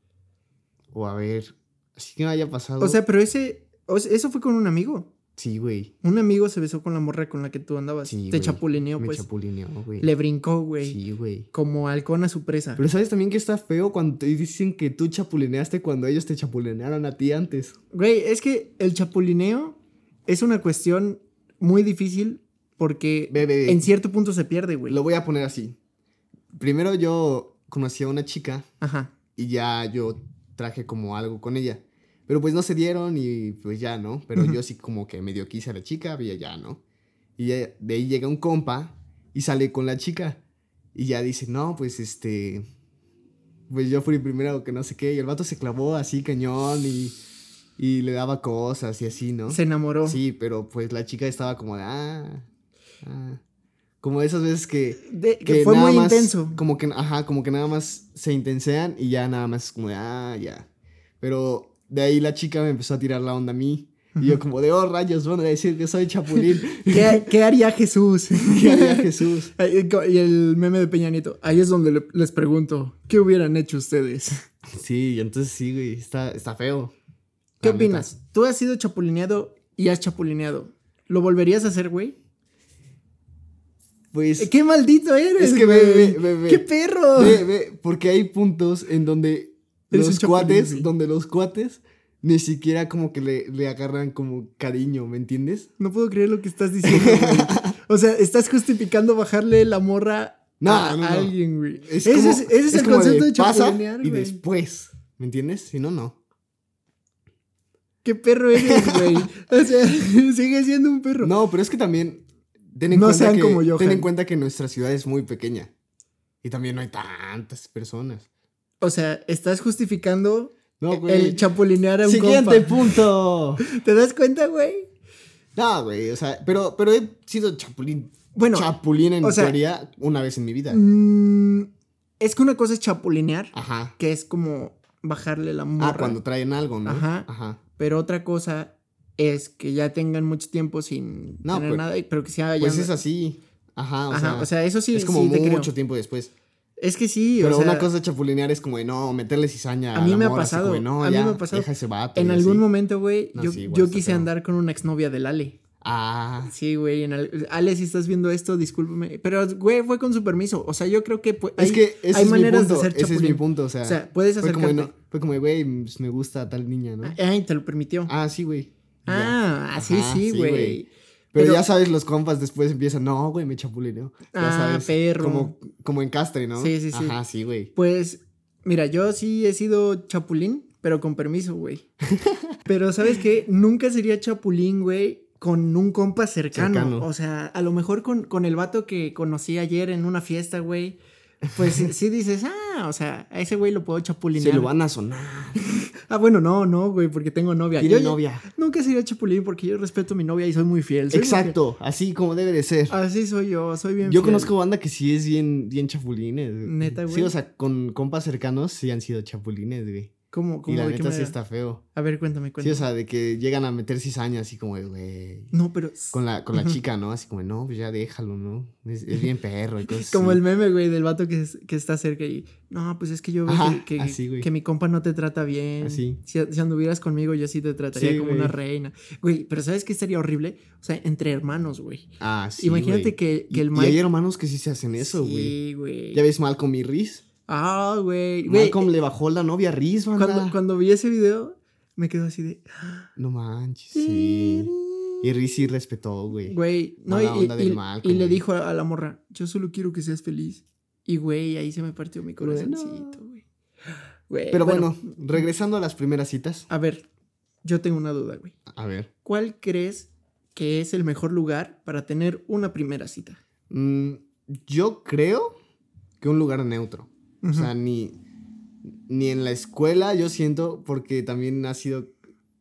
[SPEAKER 2] o a ver, así que no haya pasado.
[SPEAKER 1] O sea, pero ese. o sea, eso fue con un amigo.
[SPEAKER 2] sí, güey.
[SPEAKER 1] Un amigo se besó con la morra con la que tú andabas.
[SPEAKER 2] Sí,
[SPEAKER 1] te
[SPEAKER 2] güey.
[SPEAKER 1] chapulineó,
[SPEAKER 2] Me
[SPEAKER 1] pues.
[SPEAKER 2] chapulineó, güey.
[SPEAKER 1] Le brincó, güey.
[SPEAKER 2] Sí, güey.
[SPEAKER 1] Como halcón a su presa.
[SPEAKER 2] Pero sabes también que está feo cuando te dicen que tú chapulineaste cuando ellos te chapulinearon a ti antes.
[SPEAKER 1] Güey, es que el chapulineo es una cuestión muy difícil porque
[SPEAKER 2] Bebé.
[SPEAKER 1] en cierto punto se pierde, güey.
[SPEAKER 2] Lo voy a poner así. Primero yo conocí a una chica
[SPEAKER 1] Ajá.
[SPEAKER 2] y ya yo traje como algo con ella. Pero pues no se dieron y pues ya, ¿no? Pero
[SPEAKER 1] Ujú.
[SPEAKER 2] yo sí como que medio quise a la chica y ya, ¿no? Y ya- de ahí llega un compa y sale con la chica. Y ya dice, no, pues este... Pues yo fui primero que no sé qué. Y el vato se clavó así cañón y, y le daba cosas y así, ¿no?
[SPEAKER 1] Se enamoró.
[SPEAKER 2] Sí, pero pues la chica estaba como de, ah, ah". Como esas veces que...
[SPEAKER 1] De- que fue
[SPEAKER 2] nada
[SPEAKER 1] muy
[SPEAKER 2] más-
[SPEAKER 1] intenso.
[SPEAKER 2] Como que, ajá, como que nada más se intensean y ya nada más es como de, ah, ya. Pero de ahí la chica me empezó a tirar la onda a mí. Y yo como de, oh, rayos, van a decir que soy chapulín.
[SPEAKER 1] ¿Qué, qué haría Jesús?
[SPEAKER 2] y había Jesús.
[SPEAKER 1] Ahí co- Y el meme de Peña Nieto. Ahí es donde le- les pregunto, ¿qué hubieran hecho ustedes?
[SPEAKER 2] Sí, y entonces sí, güey, está, está feo.
[SPEAKER 1] ¿Qué
[SPEAKER 2] La neta.
[SPEAKER 1] opinas? Tú has sido chapulineado y has chapulineado. ¿Lo volverías a hacer, güey?
[SPEAKER 2] Pues,
[SPEAKER 1] Eh, ¡Qué maldito eres!
[SPEAKER 2] Es que ve,
[SPEAKER 1] güey!
[SPEAKER 2] ve, ve, ve.
[SPEAKER 1] ¡Qué perro!
[SPEAKER 2] ve, ve, porque hay puntos en donde
[SPEAKER 1] Eres
[SPEAKER 2] los
[SPEAKER 1] un chapulín,
[SPEAKER 2] cuates,
[SPEAKER 1] güey.
[SPEAKER 2] donde los cuates ni siquiera como que le, le agarran como cariño, ¿me entiendes?
[SPEAKER 1] No puedo creer lo que estás diciendo, güey. O sea, estás justificando bajarle la morra
[SPEAKER 2] No,
[SPEAKER 1] a
[SPEAKER 2] no, no.
[SPEAKER 1] alguien, güey.
[SPEAKER 2] Es
[SPEAKER 1] ese,
[SPEAKER 2] como-
[SPEAKER 1] es, ese es el
[SPEAKER 2] como
[SPEAKER 1] concepto de
[SPEAKER 2] pasa
[SPEAKER 1] chapulinear,
[SPEAKER 2] Y
[SPEAKER 1] güey.
[SPEAKER 2] después, ¿me entiendes? Si no, no.
[SPEAKER 1] ¡Qué perro eres, güey! O sea, sigue siendo un perro.
[SPEAKER 2] No, pero es que también. Ten en
[SPEAKER 1] No
[SPEAKER 2] cuenta
[SPEAKER 1] sean
[SPEAKER 2] que,
[SPEAKER 1] como Johan.
[SPEAKER 2] Ten en cuenta que nuestra ciudad es muy pequeña. Y también no hay tantas personas.
[SPEAKER 1] O sea, estás justificando
[SPEAKER 2] No,
[SPEAKER 1] el
[SPEAKER 2] güey.
[SPEAKER 1] chapulinear a un
[SPEAKER 2] Siguiente
[SPEAKER 1] compa.
[SPEAKER 2] punto.
[SPEAKER 1] ¿Te das cuenta, güey?
[SPEAKER 2] No, güey. O sea, pero, pero he sido chapulín.
[SPEAKER 1] Bueno,
[SPEAKER 2] chapulín en
[SPEAKER 1] o sea-
[SPEAKER 2] teoría una vez en mi vida.
[SPEAKER 1] mm, es que una cosa es chapulinear,
[SPEAKER 2] Ajá.
[SPEAKER 1] que es como bajarle la morra.
[SPEAKER 2] Ah, cuando traen algo, ¿no?
[SPEAKER 1] Ajá.
[SPEAKER 2] Ajá.
[SPEAKER 1] Pero otra cosa es que ya tengan mucho tiempo sin
[SPEAKER 2] No,
[SPEAKER 1] tener
[SPEAKER 2] pues-
[SPEAKER 1] nada, y- pero que sea
[SPEAKER 2] Pues es así. Ajá. O
[SPEAKER 1] Ajá,
[SPEAKER 2] sea,
[SPEAKER 1] o sea, eso sí,
[SPEAKER 2] es como
[SPEAKER 1] sí te creo.
[SPEAKER 2] mucho tiempo después.
[SPEAKER 1] Es que sí,
[SPEAKER 2] Pero
[SPEAKER 1] o sea,
[SPEAKER 2] una cosa de chapulinear es como de no, meterle cizaña.
[SPEAKER 1] A mí
[SPEAKER 2] la
[SPEAKER 1] me ha
[SPEAKER 2] morra, así como de,
[SPEAKER 1] pasado,
[SPEAKER 2] no,
[SPEAKER 1] a mí
[SPEAKER 2] ya,
[SPEAKER 1] me ha pasado.
[SPEAKER 2] Deja ese vato.
[SPEAKER 1] en
[SPEAKER 2] y
[SPEAKER 1] algún
[SPEAKER 2] así.
[SPEAKER 1] momento, güey,
[SPEAKER 2] No,
[SPEAKER 1] yo,
[SPEAKER 2] sí, igual
[SPEAKER 1] yo
[SPEAKER 2] está
[SPEAKER 1] quise
[SPEAKER 2] feo.
[SPEAKER 1] andar con una exnovia del Ale.
[SPEAKER 2] Ah.
[SPEAKER 1] Sí, güey, en al- Ale, si estás viendo esto, discúlpame, pero, güey, fue con su permiso, o sea, yo creo que pues,
[SPEAKER 2] es que ese
[SPEAKER 1] hay
[SPEAKER 2] es
[SPEAKER 1] maneras
[SPEAKER 2] mi punto,
[SPEAKER 1] de ser
[SPEAKER 2] Ese es mi
[SPEAKER 1] chapulín.
[SPEAKER 2] punto, o sea.
[SPEAKER 1] o sea, puedes
[SPEAKER 2] fue como, de,
[SPEAKER 1] acercarte.
[SPEAKER 2] no- fue como, de, güey, pues, me gusta tal niña, ¿no?
[SPEAKER 1] Ay, te lo permitió.
[SPEAKER 2] Ah, sí, güey. Ya.
[SPEAKER 1] Ah, así
[SPEAKER 2] Ajá,
[SPEAKER 1] sí,
[SPEAKER 2] sí,
[SPEAKER 1] güey.
[SPEAKER 2] güey. Pero,
[SPEAKER 1] pero-
[SPEAKER 2] ya sabes, los compas después empiezan, no, güey, me chapulineo. Ya
[SPEAKER 1] Ah,
[SPEAKER 2] sabes,
[SPEAKER 1] perro.
[SPEAKER 2] Como, como en Castre, ¿no?
[SPEAKER 1] Sí, sí, sí.
[SPEAKER 2] Ajá, sí, güey.
[SPEAKER 1] Pues, mira, yo sí he sido chapulín, pero con permiso, güey. pero, ¿sabes qué? Nunca sería chapulín, güey, con un compa cercano.
[SPEAKER 2] Cercano.
[SPEAKER 1] O sea, a lo mejor con, con el vato que conocí ayer en una fiesta, güey. Pues sí- sí dices, ah, o sea, a ese güey lo puedo chapulinear.
[SPEAKER 2] Se lo van a sonar.
[SPEAKER 1] Ah, bueno, no, no, güey, porque tengo novia.
[SPEAKER 2] Tiene
[SPEAKER 1] Yo-
[SPEAKER 2] novia.
[SPEAKER 1] Nunca sería chapulín porque yo respeto a mi novia y soy muy fiel. soy muy
[SPEAKER 2] Exacto, así como debe de ser.
[SPEAKER 1] fiel. Así soy yo, soy bien
[SPEAKER 2] Yo
[SPEAKER 1] fiel.
[SPEAKER 2] conozco banda que sí es bien, bien chapulines. güey.
[SPEAKER 1] Neta, güey.
[SPEAKER 2] Sí, o sea, con compas cercanos sí han sido chapulines, güey.
[SPEAKER 1] ¿Cómo, cómo
[SPEAKER 2] Y la
[SPEAKER 1] de qué
[SPEAKER 2] neta sí
[SPEAKER 1] manera?
[SPEAKER 2] está feo.
[SPEAKER 1] A ver, cuéntame,
[SPEAKER 2] Sí,
[SPEAKER 1] cuéntame.
[SPEAKER 2] o sea, de que llegan a meter cizaña así como de, güey.
[SPEAKER 1] no, pero
[SPEAKER 2] con la, con la
[SPEAKER 1] Ujú.
[SPEAKER 2] chica, ¿no? Así como, no, pues ya déjalo, ¿no? Es, es bien perro y cosas
[SPEAKER 1] Como
[SPEAKER 2] así.
[SPEAKER 1] el meme, güey, del vato que, es- que está cerca y... No, pues es que yo veo
[SPEAKER 2] Ajá,
[SPEAKER 1] que, que-
[SPEAKER 2] así, güey.
[SPEAKER 1] que mi compa no te trata bien.
[SPEAKER 2] Así.
[SPEAKER 1] Si, si anduvieras conmigo, yo sí te trataría
[SPEAKER 2] Sí,
[SPEAKER 1] como
[SPEAKER 2] güey.
[SPEAKER 1] una reina. Güey, pero ¿sabes qué estaría horrible? O sea, entre hermanos, güey.
[SPEAKER 2] Ah, sí,
[SPEAKER 1] Imagínate
[SPEAKER 2] güey.
[SPEAKER 1] que,
[SPEAKER 2] Y-
[SPEAKER 1] que el
[SPEAKER 2] Y
[SPEAKER 1] Mike...
[SPEAKER 2] hay hermanos que sí se hacen eso, güey.
[SPEAKER 1] Sí, güey.
[SPEAKER 2] Ya ves Malcolm y Riz.
[SPEAKER 1] Ah, güey. Güey,
[SPEAKER 2] Malcolm le bajó la novia a Riz, banda.
[SPEAKER 1] cuando, cuando vi ese video, me quedo así de...
[SPEAKER 2] No manches, sí. Y Riz sí respetó, güey.
[SPEAKER 1] Güey, no, y,
[SPEAKER 2] Mala onda
[SPEAKER 1] y-
[SPEAKER 2] del
[SPEAKER 1] y-
[SPEAKER 2] Malcolm,
[SPEAKER 1] y le
[SPEAKER 2] güey.
[SPEAKER 1] dijo a, a la morra, yo solo quiero que seas feliz. Y güey, ahí se me partió mi
[SPEAKER 2] Güey, no.
[SPEAKER 1] corazoncito, güey. Güey,
[SPEAKER 2] Pero bueno, regresando a las primeras citas.
[SPEAKER 1] A ver, yo tengo una duda, güey.
[SPEAKER 2] A ver.
[SPEAKER 1] ¿Cuál crees que es el mejor lugar para tener una primera cita?
[SPEAKER 2] mm, yo creo que un lugar neutro. O sea, ni, ni en la escuela, yo siento, porque también ha sido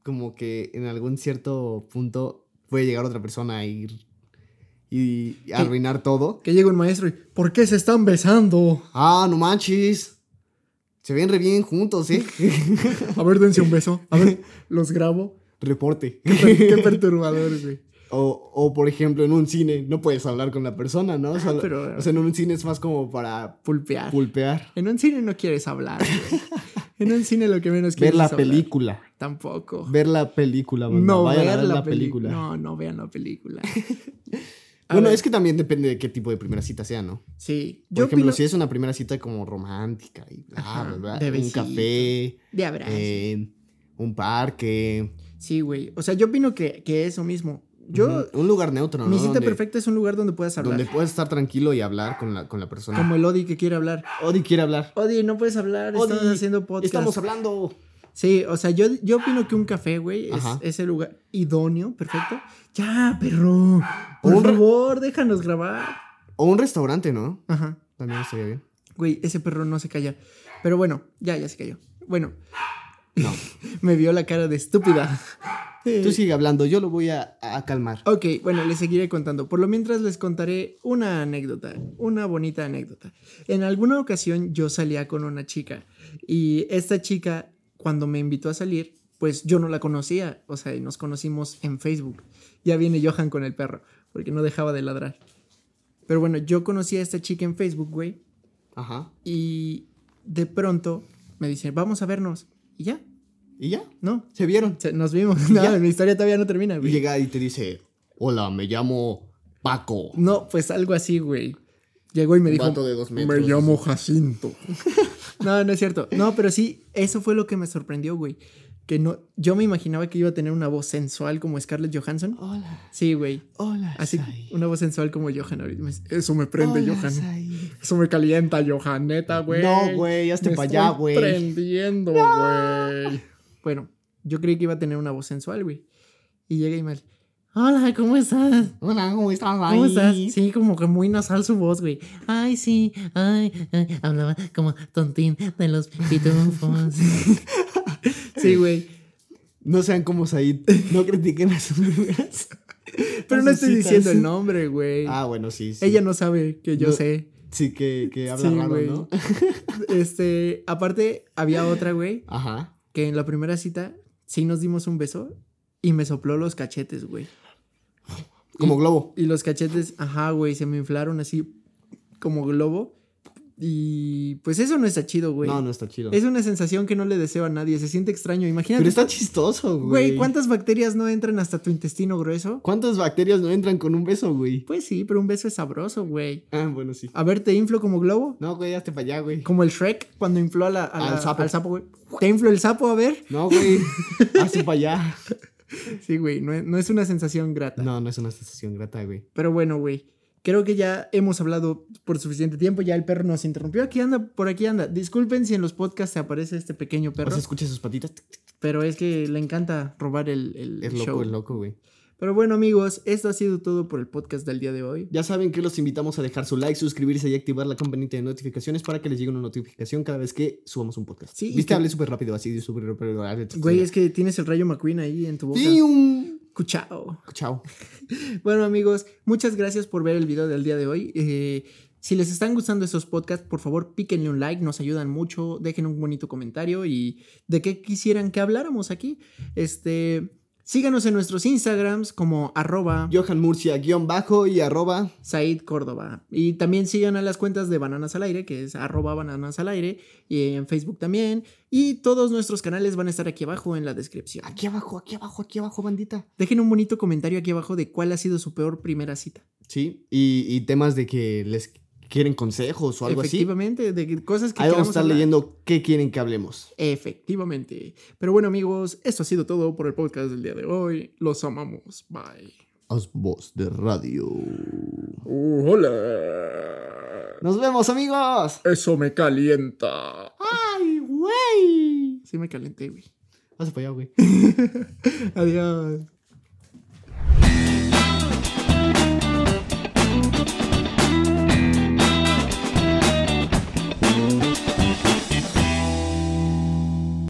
[SPEAKER 2] como que en algún cierto punto puede llegar otra persona a ir y arruinar todo.
[SPEAKER 1] que llega un maestro y ¿por qué se están besando?
[SPEAKER 2] Ah, no manches. Se ven re bien juntos, ¿eh?
[SPEAKER 1] A ver, dense un beso. A ver, los grabo.
[SPEAKER 2] Reporte.
[SPEAKER 1] Qué, per- qué perturbador, güey.
[SPEAKER 2] O, o, por ejemplo, en un cine, no puedes hablar con la persona, ¿no?
[SPEAKER 1] Ah,
[SPEAKER 2] Solo-
[SPEAKER 1] pero-
[SPEAKER 2] O sea, en un cine es más como para
[SPEAKER 1] Pulpear.
[SPEAKER 2] pulpear.
[SPEAKER 1] en un cine no quieres hablar, güey. En un cine lo que menos quieres
[SPEAKER 2] Ver la
[SPEAKER 1] hablar.
[SPEAKER 2] película.
[SPEAKER 1] Tampoco.
[SPEAKER 2] Ver la película, banda.
[SPEAKER 1] no
[SPEAKER 2] Vayan a
[SPEAKER 1] ver la,
[SPEAKER 2] la
[SPEAKER 1] peli-
[SPEAKER 2] película.
[SPEAKER 1] No, no vean la película. A
[SPEAKER 2] Bueno,
[SPEAKER 1] ver,
[SPEAKER 2] es que también depende de qué tipo de primera cita sea, ¿no?
[SPEAKER 1] Sí,
[SPEAKER 2] Por
[SPEAKER 1] yo
[SPEAKER 2] ejemplo,
[SPEAKER 1] opino
[SPEAKER 2] si es una primera cita como romántica y bla,
[SPEAKER 1] Ajá,
[SPEAKER 2] bla, bla,
[SPEAKER 1] de
[SPEAKER 2] un
[SPEAKER 1] besito. Ah,
[SPEAKER 2] café,
[SPEAKER 1] de abrazo.
[SPEAKER 2] eh, un parque.
[SPEAKER 1] Sí, güey. O sea, yo opino que, que eso mismo. Yo,
[SPEAKER 2] Ujú. Un lugar neutro, ¿no?
[SPEAKER 1] mi cita
[SPEAKER 2] Donde-
[SPEAKER 1] perfecta es un lugar donde puedas hablar.
[SPEAKER 2] Donde puedes estar tranquilo y hablar con la, con la persona.
[SPEAKER 1] Como el Odi que quiere hablar.
[SPEAKER 2] Odi quiere hablar.
[SPEAKER 1] Odi, no puedes hablar, estamos
[SPEAKER 2] Odi,
[SPEAKER 1] haciendo podcast.
[SPEAKER 2] Estamos hablando.
[SPEAKER 1] Sí, o sea, yo, yo opino que un café, güey, es,
[SPEAKER 2] Ajá.
[SPEAKER 1] es el lugar idóneo, perfecto. Ya, perro. Por
[SPEAKER 2] Un re-
[SPEAKER 1] favor, déjanos grabar.
[SPEAKER 2] O un restaurante, ¿no?
[SPEAKER 1] Ajá.
[SPEAKER 2] También estaría bien.
[SPEAKER 1] Güey, ese perro no se calla. Pero bueno, ya, ya se cayó. Bueno,
[SPEAKER 2] No.
[SPEAKER 1] me vio la cara de estúpida.
[SPEAKER 2] Tú sigue hablando, yo lo voy a, a calmar.
[SPEAKER 1] Ok, bueno, les seguiré contando. Por lo mientras les contaré una anécdota, una bonita anécdota. En alguna ocasión yo salía con una chica y esta chica, cuando me invitó a salir, pues yo no la conocía, o sea, y nos conocimos en Facebook. Ya viene Johan con el perro, porque no dejaba de ladrar. Pero bueno, yo conocí a esta chica en Facebook, güey,
[SPEAKER 2] Ajá.
[SPEAKER 1] y de pronto me dice, vamos a vernos. Y ya,
[SPEAKER 2] ¿Y ya?
[SPEAKER 1] no,
[SPEAKER 2] ¿Se vieron?
[SPEAKER 1] se- nos vimos. No,
[SPEAKER 2] Ya.
[SPEAKER 1] mi historia todavía no termina,
[SPEAKER 2] Y
[SPEAKER 1] güey.
[SPEAKER 2] llega y te dice, hola, me llamo Paco.
[SPEAKER 1] No, pues algo así, güey. Llegó y me dijo.
[SPEAKER 2] Vato de dos metros,
[SPEAKER 1] me llamo Jacinto. no, no es cierto. No, pero sí, eso fue lo que me sorprendió, güey. Que no, yo me imaginaba que iba a tener una voz sensual como Scarlett Johansson.
[SPEAKER 2] Hola,
[SPEAKER 1] Sí, güey.
[SPEAKER 2] hola,
[SPEAKER 1] Así,
[SPEAKER 2] Said.
[SPEAKER 1] una voz sensual como Johan ahorita. Me- Eso me prende,
[SPEAKER 2] Hola,
[SPEAKER 1] Johan.
[SPEAKER 2] Said.
[SPEAKER 1] Eso me calienta, Johan, neta, güey.
[SPEAKER 2] No, güey, hazte
[SPEAKER 1] Me
[SPEAKER 2] pa'
[SPEAKER 1] estoy
[SPEAKER 2] allá, güey.
[SPEAKER 1] prendiendo, güey. Bueno, yo creí que iba a tener una voz sensual, güey. Y llega y me dice, hola, ¿cómo estás?
[SPEAKER 2] Hola, ¿cómo estás?
[SPEAKER 1] ¿Cómo estás?
[SPEAKER 2] Said?
[SPEAKER 1] Sí, como que muy nasal su voz, güey. Ay, sí, ay, ay, hablaba como tontín de los pitufos. sí, güey.
[SPEAKER 2] No sean como Said. No critiquen a sus lugares.
[SPEAKER 1] Pero no estoy
[SPEAKER 2] Sus citas.
[SPEAKER 1] diciendo el nombre, güey.
[SPEAKER 2] Ah, bueno, sí. sí.
[SPEAKER 1] Ella no sabe que yo
[SPEAKER 2] No.
[SPEAKER 1] sé.
[SPEAKER 2] Sí, que, que habla
[SPEAKER 1] Sí,
[SPEAKER 2] raro,
[SPEAKER 1] güey.
[SPEAKER 2] ¿no?
[SPEAKER 1] Este, aparte, había otra, güey,
[SPEAKER 2] Ajá.
[SPEAKER 1] que en la primera cita sí nos dimos un beso y me sopló los cachetes, güey.
[SPEAKER 2] Como globo.
[SPEAKER 1] Y los cachetes, ajá, güey, se me inflaron así como globo. Y pues eso no está chido, güey.
[SPEAKER 2] No, no está chido.
[SPEAKER 1] Es una sensación que no le deseo a nadie, se siente extraño, imagínate.
[SPEAKER 2] Pero está chistoso, güey.
[SPEAKER 1] Güey, ¿cuántas bacterias no entran hasta tu intestino grueso?
[SPEAKER 2] ¿Cuántas bacterias no entran con un beso, güey?
[SPEAKER 1] Pues sí, pero un beso es sabroso, güey.
[SPEAKER 2] Ah, bueno, sí.
[SPEAKER 1] A ver, ¿te inflo como globo?
[SPEAKER 2] No, güey, hazte para allá, güey.
[SPEAKER 1] Como el Shrek cuando infló a la- a la-
[SPEAKER 2] Al sapo.
[SPEAKER 1] al sapo, güey. ¿Te infló el sapo? A ver.
[SPEAKER 2] No, güey. hazte para allá.
[SPEAKER 1] Sí, güey, no, es- no es una sensación grata.
[SPEAKER 2] No, no es una sensación grata, güey.
[SPEAKER 1] Pero bueno, güey, creo que ya hemos hablado por suficiente tiempo, ya el perro nos interrumpió. Aquí anda, por aquí anda. Disculpen si en los podcasts se aparece este pequeño
[SPEAKER 2] O
[SPEAKER 1] perro,
[SPEAKER 2] sea, escucha sus patitas. tic, tic, tic.
[SPEAKER 1] pero es que le encanta robar el, el
[SPEAKER 2] Es loco,
[SPEAKER 1] show.
[SPEAKER 2] es loco, güey.
[SPEAKER 1] Pero bueno, amigos, esto ha sido todo por el podcast del día de hoy.
[SPEAKER 2] Ya saben que los invitamos a dejar su like, suscribirse y activar la campanita de notificaciones para que les llegue una notificación cada vez que subamos un podcast.
[SPEAKER 1] Sí, y
[SPEAKER 2] Viste,
[SPEAKER 1] que-
[SPEAKER 2] hablé súper rápido, así súper rápido.
[SPEAKER 1] Güey, es que tienes el rayo McQueen ahí en tu boca.
[SPEAKER 2] Sí, un...
[SPEAKER 1] Cuchao.
[SPEAKER 2] Chao.
[SPEAKER 1] Bueno, amigos, muchas gracias por ver el video del día de hoy. Eh, si les están gustando estos podcasts, por favor, píquenle un like, nos ayudan mucho, dejen un bonito comentario y de qué quisieran que habláramos aquí. Este, síganos en nuestros Instagrams como arroba
[SPEAKER 2] Johan Murcia, guión bajo y arroba.
[SPEAKER 1] Said Córdoba. Y también sigan a las cuentas de Bananas al Aire, que es arroba Bananas al Aire, y en Facebook también. Y todos nuestros canales van a estar aquí abajo en la descripción.
[SPEAKER 2] Aquí abajo, aquí abajo, aquí abajo, bandita.
[SPEAKER 1] Dejen un bonito comentario aquí abajo de cuál ha sido su peor primera cita.
[SPEAKER 2] Sí, y, y temas de que les quieren consejos o algo así.
[SPEAKER 1] Efectivamente, de que- cosas que
[SPEAKER 2] Ahí
[SPEAKER 1] queramos
[SPEAKER 2] vamos a estar
[SPEAKER 1] hablar.
[SPEAKER 2] leyendo qué quieren que hablemos.
[SPEAKER 1] Efectivamente. Pero bueno, amigos, esto ha sido todo por el podcast del día de hoy. Los amamos. Bye.
[SPEAKER 2] Haz voz de radio.
[SPEAKER 1] Uh, hola.
[SPEAKER 2] Nos vemos, amigos.
[SPEAKER 1] Eso me calienta.
[SPEAKER 2] Ay, güey.
[SPEAKER 1] Sí me calenté, güey.
[SPEAKER 2] Hazte para allá, güey.
[SPEAKER 1] Adiós.